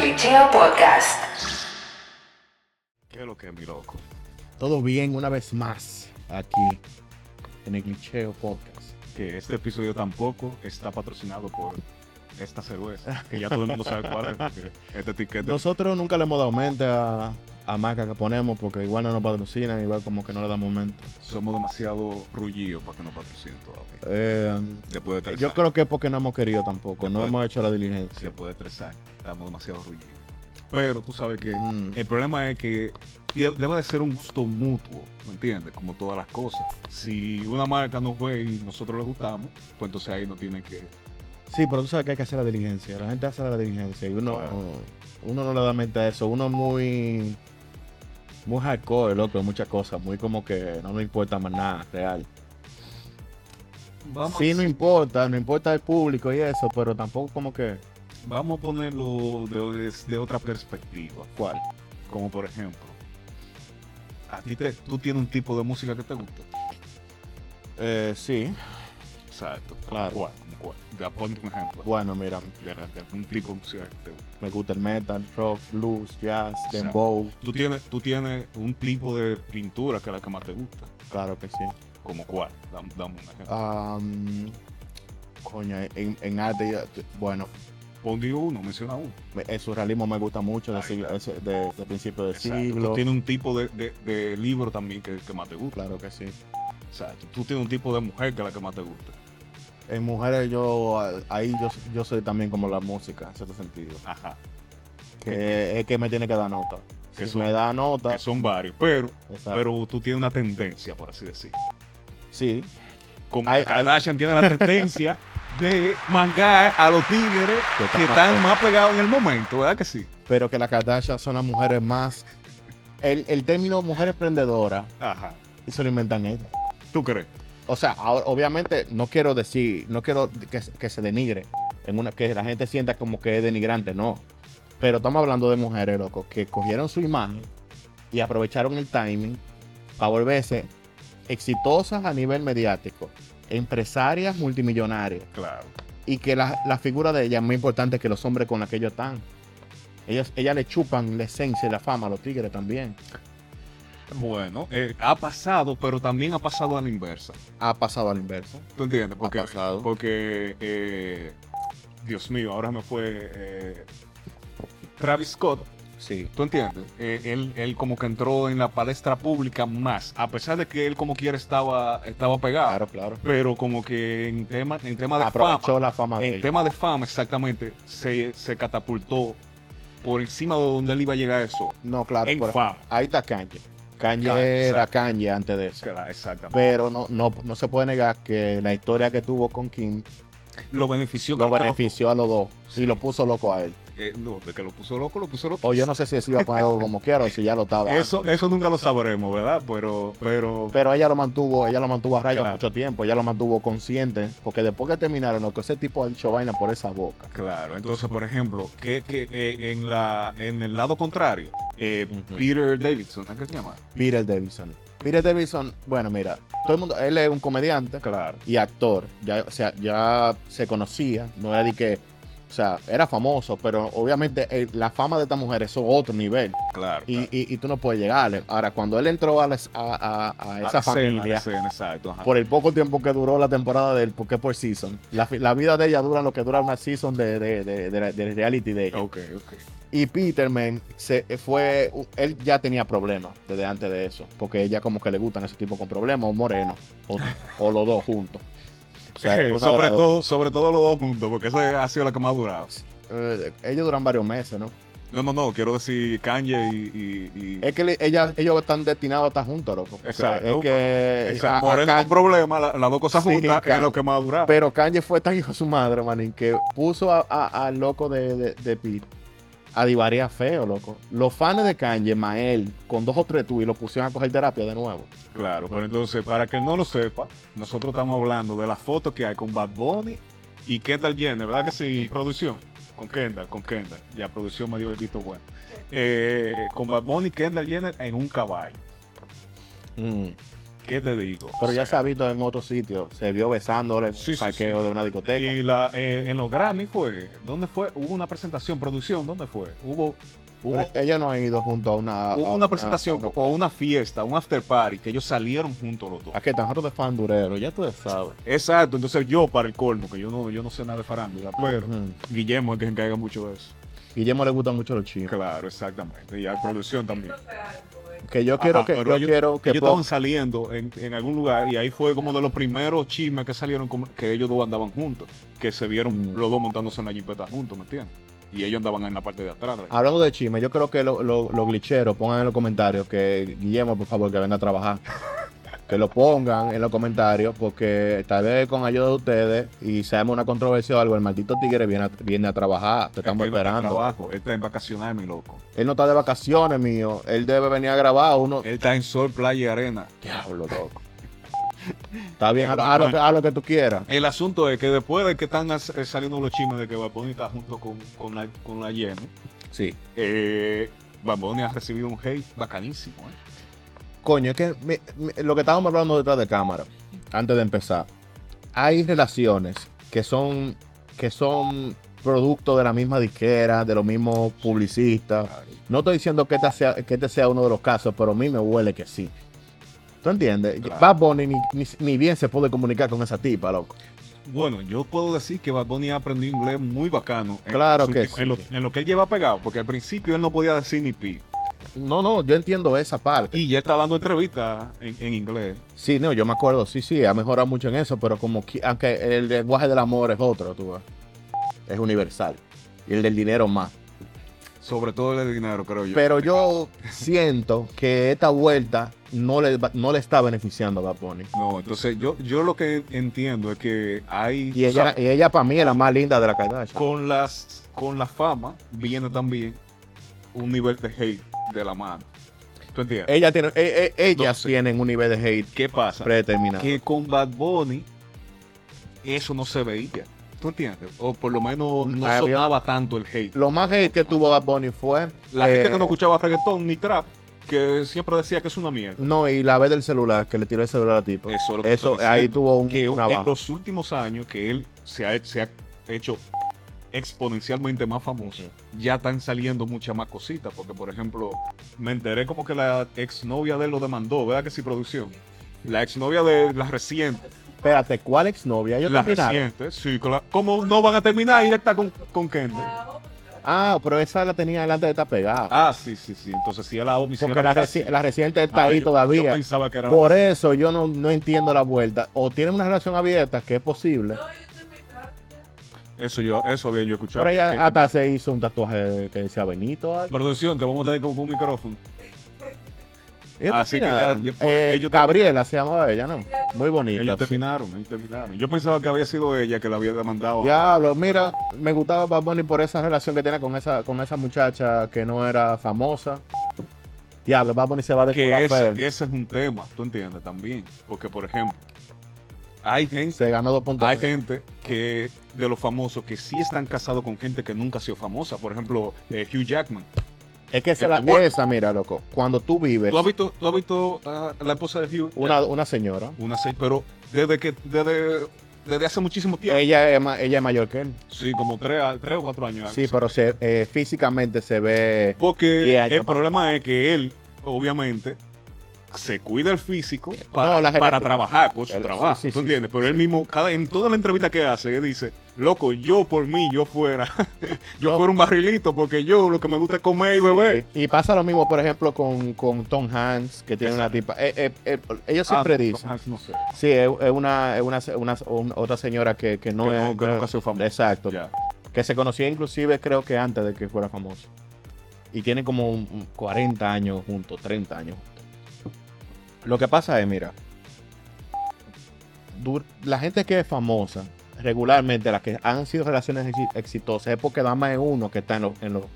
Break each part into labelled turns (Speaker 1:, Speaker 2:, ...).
Speaker 1: Switcheo Podcast.
Speaker 2: ¿Qué es lo que es, mi loco?
Speaker 3: Todo bien una vez más aquí en el Glitcheo Podcast.
Speaker 2: Que este episodio tampoco está patrocinado por esta cerveza. Que ya todo el mundo sabe cuál es. porque Este etiquete.
Speaker 3: Nosotros nunca le hemos dado mente a, a marca que ponemos porque igual no nos patrocinan, igual como que no le damos mente.
Speaker 2: Somos demasiado rullidos para que nos patrocinen todavía.
Speaker 3: Eh,
Speaker 2: Después de tres
Speaker 3: yo
Speaker 2: años.
Speaker 3: creo que es porque no hemos querido tampoco,
Speaker 2: Después-
Speaker 3: no
Speaker 2: pues.
Speaker 3: hemos hecho la diligencia.
Speaker 2: Después de tres años. Estamos demasiado rullidos. Pero tú sabes que
Speaker 3: Mm.
Speaker 2: el problema es que de- debe de ser un gusto mutuo. ¿Me entiendes? Como todas las cosas. Si una marca nos ve y nosotros le gustamos, pues entonces ahí no tienen que.
Speaker 3: Sí, pero tú sabes que hay que hacer la diligencia. La gente hace la diligencia y uno,
Speaker 2: Claro.
Speaker 3: uno no le da mente a eso. Uno es muy, muy hardcore, loco, muchas cosas. Muy como que no me importa más nada, real. Sí, no importa, no importa el público y eso, pero tampoco como que...
Speaker 2: Vamos a ponerlo de, desde otra perspectiva.
Speaker 3: ¿Cuál?
Speaker 2: Como por ejemplo, a ti te, tú tienes un tipo de música que te gusta.
Speaker 3: Eh, sí.
Speaker 2: Exacto.
Speaker 3: Claro.
Speaker 2: ¿Cuál? ¿Cómo cuál? Ya ponte un ejemplo.
Speaker 3: Bueno, mira,
Speaker 2: De, de un tipo de música que te gusta.
Speaker 3: me gusta el metal, rock, blues, jazz, dembow.
Speaker 2: Tú tienes, tú tienes un tipo de pintura que es la que más te gusta.
Speaker 3: Claro que sí.
Speaker 2: ¿Como cuál? Dam- Dame, un ejemplo.
Speaker 3: Am, coño, en, en arte, ya- bueno,
Speaker 2: Pondí Ah, uno, menciona uno.
Speaker 3: me- el surrealismo me gusta mucho de,
Speaker 2: Ahí
Speaker 3: siglo- ese- de, de principio del
Speaker 2: Exacto. Tú
Speaker 3: siglo.
Speaker 2: tienes un tipo de, de- de libro también que, que más te gusta.
Speaker 3: Claro que sí.
Speaker 2: Exacto. Tú tienes un tipo de mujer que es la que más te gusta.
Speaker 3: En mujeres yo, ah, ahí yo, yo soy también como la música, en cierto sentido.
Speaker 2: Ajá.
Speaker 3: Que es que me tiene que dar nota. Si
Speaker 2: Eso-
Speaker 3: me da nota,
Speaker 2: Que son varios. Pero,
Speaker 3: exacto.
Speaker 2: pero tú tienes una tendencia, por así decir.
Speaker 3: sí,
Speaker 2: Como
Speaker 3: Ay,
Speaker 2: que Kardashian tiene la tendencia de mangar a los tigres
Speaker 3: Que está
Speaker 2: que
Speaker 3: más
Speaker 2: están
Speaker 3: cerca.
Speaker 2: más pegados en el momento, ¿verdad que sí?
Speaker 3: pero que las Kardashian son las mujeres más... El, el término mujer emprendedora,
Speaker 2: Ajá.
Speaker 3: eso lo inventan ellas.
Speaker 2: ¿Tú crees?
Speaker 3: O sea, ahora, obviamente no quiero decir, no quiero que, se- que se denigre, en una, que la gente sienta como que es denigrante, no. Pero estamos hablando de mujeres, loco, que cogieron su imagen y aprovecharon el timing para volverse exitosas a nivel mediático, empresarias multimillonarias,
Speaker 2: Claro.
Speaker 3: y que la, la figura de ellas es más importante que los hombres con los que ellos están. Ellos, ellas le chupan la esencia y la fama a los tigres también.
Speaker 2: Bueno, eh, ha pasado, pero también ha pasado a la inversa.
Speaker 3: Ha pasado al inverso.
Speaker 2: ¿Tú entiendes? Porque,
Speaker 3: pasado.
Speaker 2: Porque, eh, Dios mío, ahora me fue eh, Travis Scott.
Speaker 3: Sí.
Speaker 2: ¿Tú entiendes? Eh, él, él como que entró en la palestra pública más, a pesar de que él como quiera estaba, estaba pegado.
Speaker 3: Claro, claro.
Speaker 2: Pero como que en tema, en tema de
Speaker 3: Aprovechó
Speaker 2: fama,
Speaker 3: la fama de
Speaker 2: En
Speaker 3: ellos.
Speaker 2: tema de fama, exactamente, se, se catapultó por encima de donde él iba a llegar eso.
Speaker 3: No, claro.
Speaker 2: en
Speaker 3: por-
Speaker 2: fama.
Speaker 3: Ahí está Kanye. Kanye
Speaker 2: Kanye,
Speaker 3: era
Speaker 2: exacto.
Speaker 3: Kanye antes de eso.
Speaker 2: Claro, Exactamente.
Speaker 3: Pero no, no, no se puede negar que la historia que tuvo con Kim
Speaker 2: Lo benefició.
Speaker 3: lo
Speaker 2: que-
Speaker 3: benefició a los dos y lo puso loco a él.
Speaker 2: Eh, no, de que lo puso loco, lo puso loco.
Speaker 3: O Oh, yo no sé si se iba a poner como quiero o si ya lo estaba.
Speaker 2: Eso, eso nunca lo sabremos, ¿verdad? Pero, pero,
Speaker 3: Pero ella lo mantuvo, ella lo mantuvo a raya
Speaker 2: Claro.
Speaker 3: mucho tiempo, ella lo mantuvo consciente, porque después que terminaron, lo que ese tipo ha hecho vaina por esa boca.
Speaker 2: claro. Entonces, por ejemplo, que, que, eh, en la, en el lado contrario, eh,
Speaker 3: Ujú.
Speaker 2: Peter Davidson, ¿a ¿qué se llama?
Speaker 3: Peter Davidson. Peter Davidson, bueno, mira, todo el mundo, él es un comediante,
Speaker 2: Claro.
Speaker 3: y actor. Ya, o sea, ya se conocía, no era de que, o sea, era famoso, pero obviamente eh, la fama de esta mujer es otro nivel
Speaker 2: Claro.
Speaker 3: y,
Speaker 2: claro.
Speaker 3: y- y tú no puedes llegarle. Ahora, cuando él entró a, la- a- a- a
Speaker 2: A la
Speaker 3: esa
Speaker 2: escena, a la
Speaker 3: familia,
Speaker 2: escena, exacto. ajá.
Speaker 3: por el poco tiempo que duró la temporada de él, porque es por season, la, fi- la vida de ella dura lo que dura una season de, de, de- de- de reality de ella.
Speaker 2: Ok, ok.
Speaker 3: Y Peterman se fue, él ya tenía problemas desde antes de eso, porque ella como que le gustan ese tipo con problemas, o moreno, o, o los dos juntos. O sea,
Speaker 2: Eh,
Speaker 3: una
Speaker 2: sobre,
Speaker 3: de las dos.
Speaker 2: todo, sobre todo los dos juntos, porque esa ha sido la que más ha durado.
Speaker 3: Eh, ellos duran varios meses, ¿no?
Speaker 2: No, no, no, quiero decir Kanye y. y- y-
Speaker 3: Es que le- ella- ellos están destinados a estar juntos, loco. O sea,
Speaker 2: Exacto.
Speaker 3: es que.
Speaker 2: Exacto,
Speaker 3: a- a
Speaker 2: por eso
Speaker 3: Kanye-
Speaker 2: un problema, la- las dos cosas
Speaker 3: Sí,
Speaker 2: juntas es
Speaker 3: Kanye.
Speaker 2: lo que más ha durado.
Speaker 3: pero Kanye fue tan hijo de su madre, manín, que puso a- a- al loco de, de, de Pete a divaría feo, loco. Los fans de Kanye, Mael, con dos o tres tú y lo pusieron a coger terapia de nuevo.
Speaker 2: Claro, pero entonces, para que no lo sepa, nosotros estamos hablando de la foto que hay con Bad Bunny y Kendall Jenner, ¿verdad que sí? Producción. Con Kendall, con Kendall. Ya producción me dio el visto bueno. Eh, con Bad Bunny y Kendall Jenner en un caballo. ¿Qué te digo? O
Speaker 3: Pero ya se
Speaker 2: sea,
Speaker 3: ha visto en otros sitios. Se vio besándole,
Speaker 2: Sí, sí,
Speaker 3: saqueo
Speaker 2: sí.
Speaker 3: de una discoteca.
Speaker 2: Y la, eh, en los Grammy fue, ¿dónde fue? Hubo una presentación, producción, ¿dónde fue? Hubo,
Speaker 3: Pero ah,
Speaker 2: hubo,
Speaker 3: ellos no han ido junto a una.
Speaker 2: hubo
Speaker 3: a
Speaker 2: una presentación
Speaker 3: a una-
Speaker 2: o una fiesta, un after party, que ellos salieron juntos los dos.
Speaker 3: ¿A qué tan de fandurero? Ya tú sabes.
Speaker 2: Exacto, entonces yo para el colmo, que yo no, yo no sé nada de farándula, pero
Speaker 3: Ujú.
Speaker 2: Guillermo es que se encarga mucho de eso.
Speaker 3: Guillermo le gustan mucho los chicos.
Speaker 2: Claro, exactamente. Y a producción también.
Speaker 3: Que yo quiero
Speaker 2: Ajá,
Speaker 3: que.
Speaker 2: pero
Speaker 3: Yo
Speaker 2: ellos-
Speaker 3: quiero que.
Speaker 2: ellos
Speaker 3: Pop-
Speaker 2: estaban saliendo en, en algún lugar y ahí fue como de los primeros chismes que salieron como que ellos dos andaban juntos, que se vieron
Speaker 3: Mm.
Speaker 2: los dos montándose en la jipeta juntos, ¿me entiendes? Y ellos andaban en la parte de atrás. ¿verdad?
Speaker 3: Hablando de chisme, yo creo que lo- lo- los glitcheros pongan en los comentarios que Guillermo, por favor, que venga a trabajar. que lo pongan en los comentarios, porque tal vez con ayuda de ustedes y se arma una controversia o algo, el maldito tigre viene a, viene a trabajar. Te estamos
Speaker 2: Él no está en
Speaker 3: esperando.
Speaker 2: Trabajo. Él está en vacaciones, mi loco.
Speaker 3: Él no está de vacaciones, mío. Él debe venir a grabar uno.
Speaker 2: Él está en sol, playa y arena.
Speaker 3: Diablo, loco. Está bien, haz, haz lo, que- haz lo que tú quieras.
Speaker 2: El asunto es que después de que están as- eh, saliendo los chismes de que Baboni está junto con, con la, con la Jenny,
Speaker 3: Sí.
Speaker 2: eh, Baboni ha recibido un hate bacanísimo. ¿eh?
Speaker 3: Coño, es que me- me- lo que estábamos hablando detrás de cámara, antes de empezar, hay relaciones que son, que son producto de la misma disquera, de los mismos publicistas. No estoy diciendo que este, sea, que este sea uno de los casos, pero a mí me huele que sí. ¿Tú entiendes?
Speaker 2: Claro.
Speaker 3: Bad Bunny ni, ni- ni bien se puede comunicar con esa tipa, loco.
Speaker 2: Bueno, yo puedo decir que Bad Bunny ha aprendido inglés muy bacano. en
Speaker 3: Claro
Speaker 2: su-
Speaker 3: que
Speaker 2: en,
Speaker 3: sí.
Speaker 2: lo, en lo que él lleva pegado, porque al principio él no podía decir ni pi.
Speaker 3: No, no, yo entiendo esa parte.
Speaker 2: Y ya está dando entrevistas en, en inglés.
Speaker 3: Sí, no, yo me acuerdo, sí, sí, ha mejorado mucho en eso, pero como que, aunque el lenguaje del amor es otro, tú ves. Es universal. Y el del dinero más.
Speaker 2: Sobre todo el de dinero, creo yo.
Speaker 3: Pero yo siento que esta vuelta no le, va- no le está beneficiando a Bad Bunny.
Speaker 2: no, entonces yo, yo lo que entiendo es que hay.
Speaker 3: Y
Speaker 2: o sea,
Speaker 3: ella, y ella para mí es la más linda de la Kardashian.
Speaker 2: con las con la fama viene también un nivel de hate de la mano. ¿Tú entiendes?
Speaker 3: Ella tiene, e- e- ellas
Speaker 2: No sé.
Speaker 3: tienen un nivel de hate
Speaker 2: ¿Qué pasa?
Speaker 3: predeterminado.
Speaker 2: Que con Bad Bunny eso no se veía. ¿Tú entiendes? O por lo menos no
Speaker 3: Había-
Speaker 2: sonaba tanto el hate.
Speaker 3: Lo más hate que tuvo Bad Bunny fue...
Speaker 2: La gente
Speaker 3: eh,
Speaker 2: que no escuchaba reggaetón ni trap, que siempre decía que es una mierda.
Speaker 3: no, y la vez del celular, que le tiró el celular a tipo.
Speaker 2: Eso es lo que
Speaker 3: Eso,
Speaker 2: estoy
Speaker 3: ahí
Speaker 2: diciendo.
Speaker 3: tuvo un,
Speaker 2: Que
Speaker 3: una
Speaker 2: en
Speaker 3: baja.
Speaker 2: los últimos años que él se ha, se ha hecho exponencialmente más famoso, ya están saliendo muchas más cositas. Porque, por ejemplo, me enteré como que la exnovia de él lo demandó, ¿verdad que sí, producción? La exnovia de la reciente,
Speaker 3: Espérate, ¿cuál exnovia? Ellos
Speaker 2: la
Speaker 3: terminaron.
Speaker 2: reciente, sí, con la- ¿cómo no van a terminar directa con, con Kendall?
Speaker 3: Ah, pero esa la tenía delante de esta pegada.
Speaker 2: Ah, sí, sí, sí. Entonces, sí, a la omisión.
Speaker 3: porque la, reci- la reciente está ahí
Speaker 2: Ah, Yo
Speaker 3: todavía.
Speaker 2: pensaba que era
Speaker 3: Por eso yo no, no entiendo la vuelta. O tienen una relación abierta, que es posible.
Speaker 2: eso, yo, eso bien, yo escuchaba.
Speaker 3: Pero
Speaker 2: Que-
Speaker 3: ella ah. hasta se hizo un tatuaje que decía Benito. o algo.
Speaker 2: Producción, te vamos a tener con un micrófono.
Speaker 3: Ellos
Speaker 2: Así que
Speaker 3: terminaron.
Speaker 2: ya-
Speaker 3: Eh,
Speaker 2: ellos-
Speaker 3: Gabriela se llamaba ella, ¿no? Muy bonita.
Speaker 2: Ellos terminaron, ellos terminaron. Yo pensaba que había sido ella que la había demandado.
Speaker 3: Diablo, mira, me gustaba Bad Bunny por esa relación que tiene con esa, con esa muchacha que no era famosa. Diablo, Bad Bunny se va de
Speaker 2: Que ese,
Speaker 3: Corazón.
Speaker 2: ese es un tema, tú entiendes también. Porque, por ejemplo, hay gente,
Speaker 3: Se ganó dos puntos.
Speaker 2: hay gente que de los famosos que sí están casados con gente que nunca ha sido famosa. Por ejemplo, eh, Hugh Jackman.
Speaker 3: Es que esa, la-
Speaker 2: Bueno.
Speaker 3: esa, mira, loco, cuando tú vives
Speaker 2: ¿Tú has visto, tú has visto a la esposa de Hugh?
Speaker 3: una, una señora,
Speaker 2: Una seis, pero desde que desde, desde hace muchísimo tiempo.
Speaker 3: ella es, ma- ella es mayor que él.
Speaker 2: Sí, como tres, a- tres o cuatro años.
Speaker 3: Sí,
Speaker 2: algo
Speaker 3: pero se, eh, físicamente se ve.
Speaker 2: Porque
Speaker 3: Y allá-
Speaker 2: el problema es que él, obviamente, se cuida el físico
Speaker 3: Eh, No,
Speaker 2: para,
Speaker 3: la genética.
Speaker 2: para trabajar por su
Speaker 3: El-
Speaker 2: trabajo.
Speaker 3: sí, sí,
Speaker 2: ¿Tú
Speaker 3: sí,
Speaker 2: entiendes? Pero él mismo, cada, en toda la entrevista que hace, él dice, loco, yo por mí, yo fuera, yo
Speaker 3: No.
Speaker 2: fuera un barrilito, porque yo lo que me gusta es comer y beber.
Speaker 3: Y pasa lo mismo, por ejemplo, con, con Tom Hanks, que tiene una tipa. eh, eh, eh, ellos siempre
Speaker 2: Ah,
Speaker 3: dicen.
Speaker 2: no sé.
Speaker 3: Sí, es, es una, es una, una- un- otra señora que, que no
Speaker 2: Que
Speaker 3: es.
Speaker 2: no- que nunca ha sido famosa.
Speaker 3: Exacto.
Speaker 2: Ya.
Speaker 3: Que se conocía inclusive, creo que antes de que fuera famoso. Y tienen como un- un 40 años juntos, 30 años juntos. Lo que pasa es, mira, dur- la gente que es famosa, regularmente las que han sido relaciones exi- exitosas, es porque nada más es uno que está en, lo- en, lo-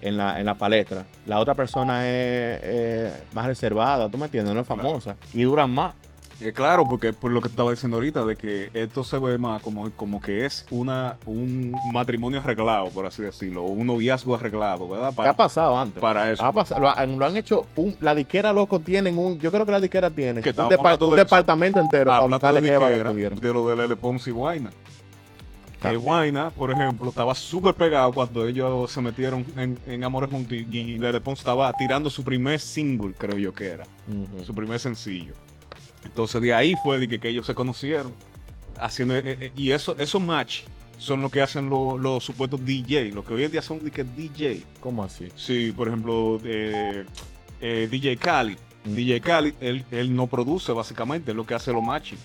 Speaker 3: en, la, en la palestra. La otra persona es eh, más reservada, tú me entiendes, no es famosa. Y duran más.
Speaker 2: Eh, claro, porque por lo que estaba diciendo ahorita, de que esto se ve más como, como que es una, un matrimonio arreglado, por así decirlo, o un noviazgo arreglado, ¿verdad?
Speaker 3: ¿Qué ha
Speaker 2: Para,
Speaker 3: pasado antes?
Speaker 2: para eso.
Speaker 3: Ha pasado- lo, han, lo han hecho un, la diquera loco tienen un yo creo que la diquera tiene
Speaker 2: Que
Speaker 3: un,
Speaker 2: estamos
Speaker 3: depa-
Speaker 2: hablando
Speaker 3: un
Speaker 2: de-
Speaker 3: departamento entero para
Speaker 2: Hablando
Speaker 3: buscarle
Speaker 2: Ah, de,
Speaker 3: jeva que
Speaker 2: Niquera,
Speaker 3: tuvieron.
Speaker 2: de lo de Lele Pons y Guayna. Que
Speaker 3: También.
Speaker 2: Guayna, por ejemplo, estaba súper pegado cuando ellos se metieron en, en Amores Juntos y Lele Pons estaba tirando su primer single, creo yo que era.
Speaker 3: Ujú.
Speaker 2: su primer sencillo. Entonces de ahí fue de que, que ellos se conocieron. Haciendo, eh, eh, y eso, esos match son lo que hacen lo- los supuestos DJ, los que hoy en día son de que DJ.
Speaker 3: ¿Cómo así?
Speaker 2: Sí, por ejemplo, eh, eh, DJ Cali.
Speaker 3: Mm.
Speaker 2: DJ Cali, él, él no produce básicamente, es lo que hace los matches.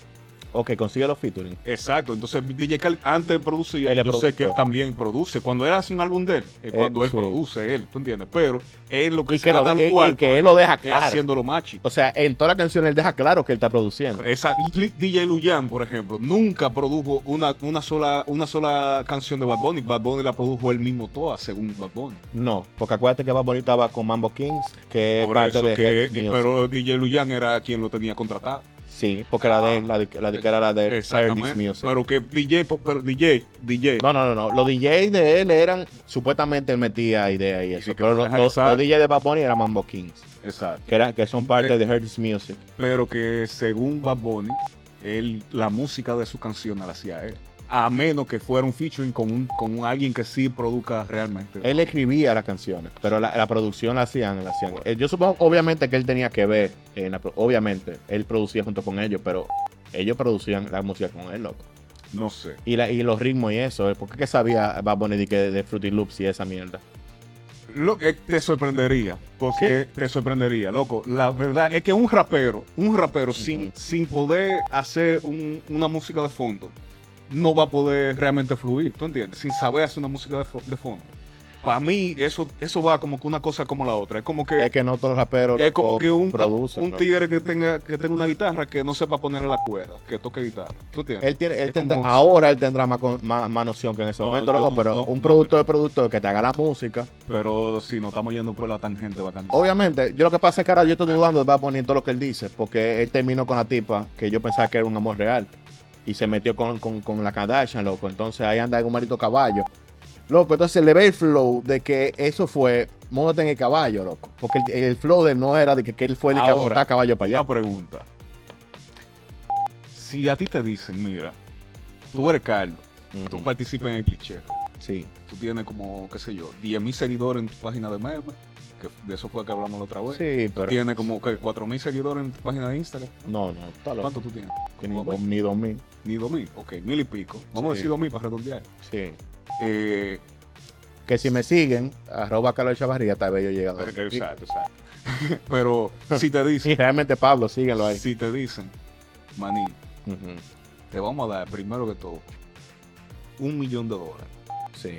Speaker 3: Ok, consigue los featuring.
Speaker 2: Exacto, entonces DJ Cali antes producía,
Speaker 3: Él es
Speaker 2: yo sé que él
Speaker 3: productor.
Speaker 2: también produce. Cuando él hace un álbum de él, es
Speaker 3: Eh,
Speaker 2: cuando él
Speaker 3: sí.
Speaker 2: produce, él, ¿tú entiendes? Pero él lo que
Speaker 3: Y que,
Speaker 2: saca
Speaker 3: lo,
Speaker 2: tal
Speaker 3: y- y
Speaker 2: cual
Speaker 3: que él lo deja
Speaker 2: es
Speaker 3: claro.
Speaker 2: haciendo los matches.
Speaker 3: O sea, en toda la canción él deja claro que él está produciendo.
Speaker 2: Esa, Li- DJ Luyan, por ejemplo, nunca produjo una, una, sola, una sola canción de Bad Bunny. Bad Bunny la produjo él mismo toda, según Bad Bunny.
Speaker 3: No, porque acuérdate que Bad Bunny estaba con Mambo Kings, que es
Speaker 2: Por
Speaker 3: parte
Speaker 2: eso
Speaker 3: de
Speaker 2: que- eh,
Speaker 3: Head Music.
Speaker 2: pero DJ Luyan era quien lo tenía contratado.
Speaker 3: Sí, porque la de la, de- la de que era la de Head
Speaker 2: Exactamente.
Speaker 3: Eh, Music.
Speaker 2: Pero que DJ, po- pero DJ, DJ.
Speaker 3: No, no, no, no. Los DJs de él eran, supuestamente él metía ideas y eso.
Speaker 2: que
Speaker 3: Pero los,
Speaker 2: deja
Speaker 3: los-
Speaker 2: esa-
Speaker 3: los DJs de Bad Bunny eran Mambo Kings,
Speaker 2: Exacto.
Speaker 3: que, eran, que son parte de Herb's Music.
Speaker 2: Pero que según Bad Bunny, él, la música de su canción la hacía él. A menos que fuera un featuring con, un, con alguien que sí produzca realmente.
Speaker 3: Él escribía las canciones, pero la, la producción la hacían, la hacían. Eh, Yo supongo, obviamente, que él tenía que ver, en la pro- obviamente, él producía junto con ellos, pero ellos producían la música con él, loco.
Speaker 2: No sé.
Speaker 3: Y, la, y los ritmos y eso, ¿eh? ¿por qué que sabía Bad Bunny de, que- de Fruity Loops y esa mierda?
Speaker 2: Lo que te sorprendería, porque te sorprendería, loco. La verdad es que un rapero, un rapero sin,
Speaker 3: Ujú.
Speaker 2: sin poder hacer un- una música de fondo, no va a poder realmente fluir, ¿tú entiendes? Sin saber hacer una música de, fo- de fondo. Para mí, eso, eso va como que una cosa como la otra. Es como que,
Speaker 3: Es que no todos los raperos
Speaker 2: Eh, es como
Speaker 3: loco,
Speaker 2: que un,
Speaker 3: producen,
Speaker 2: un
Speaker 3: loco.
Speaker 2: tigre que tenga, que tenga una guitarra que no sepa ponerle la cuerda, que toque guitarra. ¿Tú entiendes?
Speaker 3: Él tiene, él
Speaker 2: Es
Speaker 3: tendrá-
Speaker 2: como-
Speaker 3: ahora él tendrá más, con- más, más noción que en ese
Speaker 2: No,
Speaker 3: momento,
Speaker 2: yo
Speaker 3: loco,
Speaker 2: no-
Speaker 3: pero
Speaker 2: no,
Speaker 3: un
Speaker 2: no.
Speaker 3: productor de productor que te haga la música.
Speaker 2: Pero si no estamos yendo por la tangente bacán.
Speaker 3: Obviamente, yo lo que pasa es que ahora yo estoy dudando de Bad Bunny en todo lo que él dice, porque él terminó con la tipa que yo pensaba que era un amor real y se metió con, con, con la Kardashian, loco. Entonces ahí anda un marito caballo. Loco, entonces le ve el flow de que eso fue montate en el caballo, loco. Porque el, el flow de él no era de que, que él fue el que
Speaker 2: Ahora.
Speaker 3: montaba caballo para allá.
Speaker 2: Una pregunta. Si a ti te dicen, mira, tú eres Carlos, tú
Speaker 3: Ujú.
Speaker 2: participas en el cliché,
Speaker 3: Sí,
Speaker 2: tú tienes como, qué sé yo, 10.000 seguidores en tu página de meme, que de eso fue que hablamos la otra vez.
Speaker 3: sí, pero.
Speaker 2: Tienes como que 4.000 seguidores en tu página de Instagram.
Speaker 3: No, no, está loco.
Speaker 2: ¿Cuánto tú tienes?
Speaker 3: Ni
Speaker 2: ¿Como
Speaker 3: dos,
Speaker 2: dos mil?
Speaker 3: ni dos mil.
Speaker 2: Ni 2.000, ok, mil y pico. Vamos a
Speaker 3: Sí.
Speaker 2: decir 2.000 para redondear.
Speaker 3: Sí.
Speaker 2: Eh,
Speaker 3: Que si me siguen, arroba Carlos Chavarría, tal vez yo llegue a dos.
Speaker 2: exacto, exacto. Pero si te
Speaker 3: Sí,
Speaker 2: dicen,
Speaker 3: realmente Pablo, síguelo ahí.
Speaker 2: si te dicen, maní,
Speaker 3: Ujú,
Speaker 2: te vamos a dar primero que todo un millón de dólares.
Speaker 3: Sí.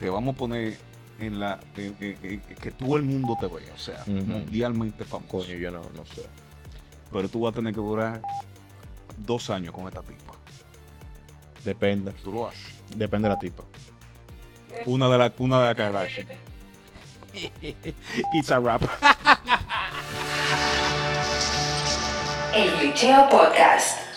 Speaker 2: te vamos a poner en la en- en- en- que todo el mundo te vea, o sea,
Speaker 3: Ujú.
Speaker 2: mundialmente famoso.
Speaker 3: Coño, yo no, no sé.
Speaker 2: Pero tú vas a tener que durar dos años con esta tipa.
Speaker 3: Depende.
Speaker 2: Tú lo haces.
Speaker 3: Depende de la tipa.
Speaker 2: Una de las una de la Kardashian. It's a rap.
Speaker 1: El Liceo Podcast.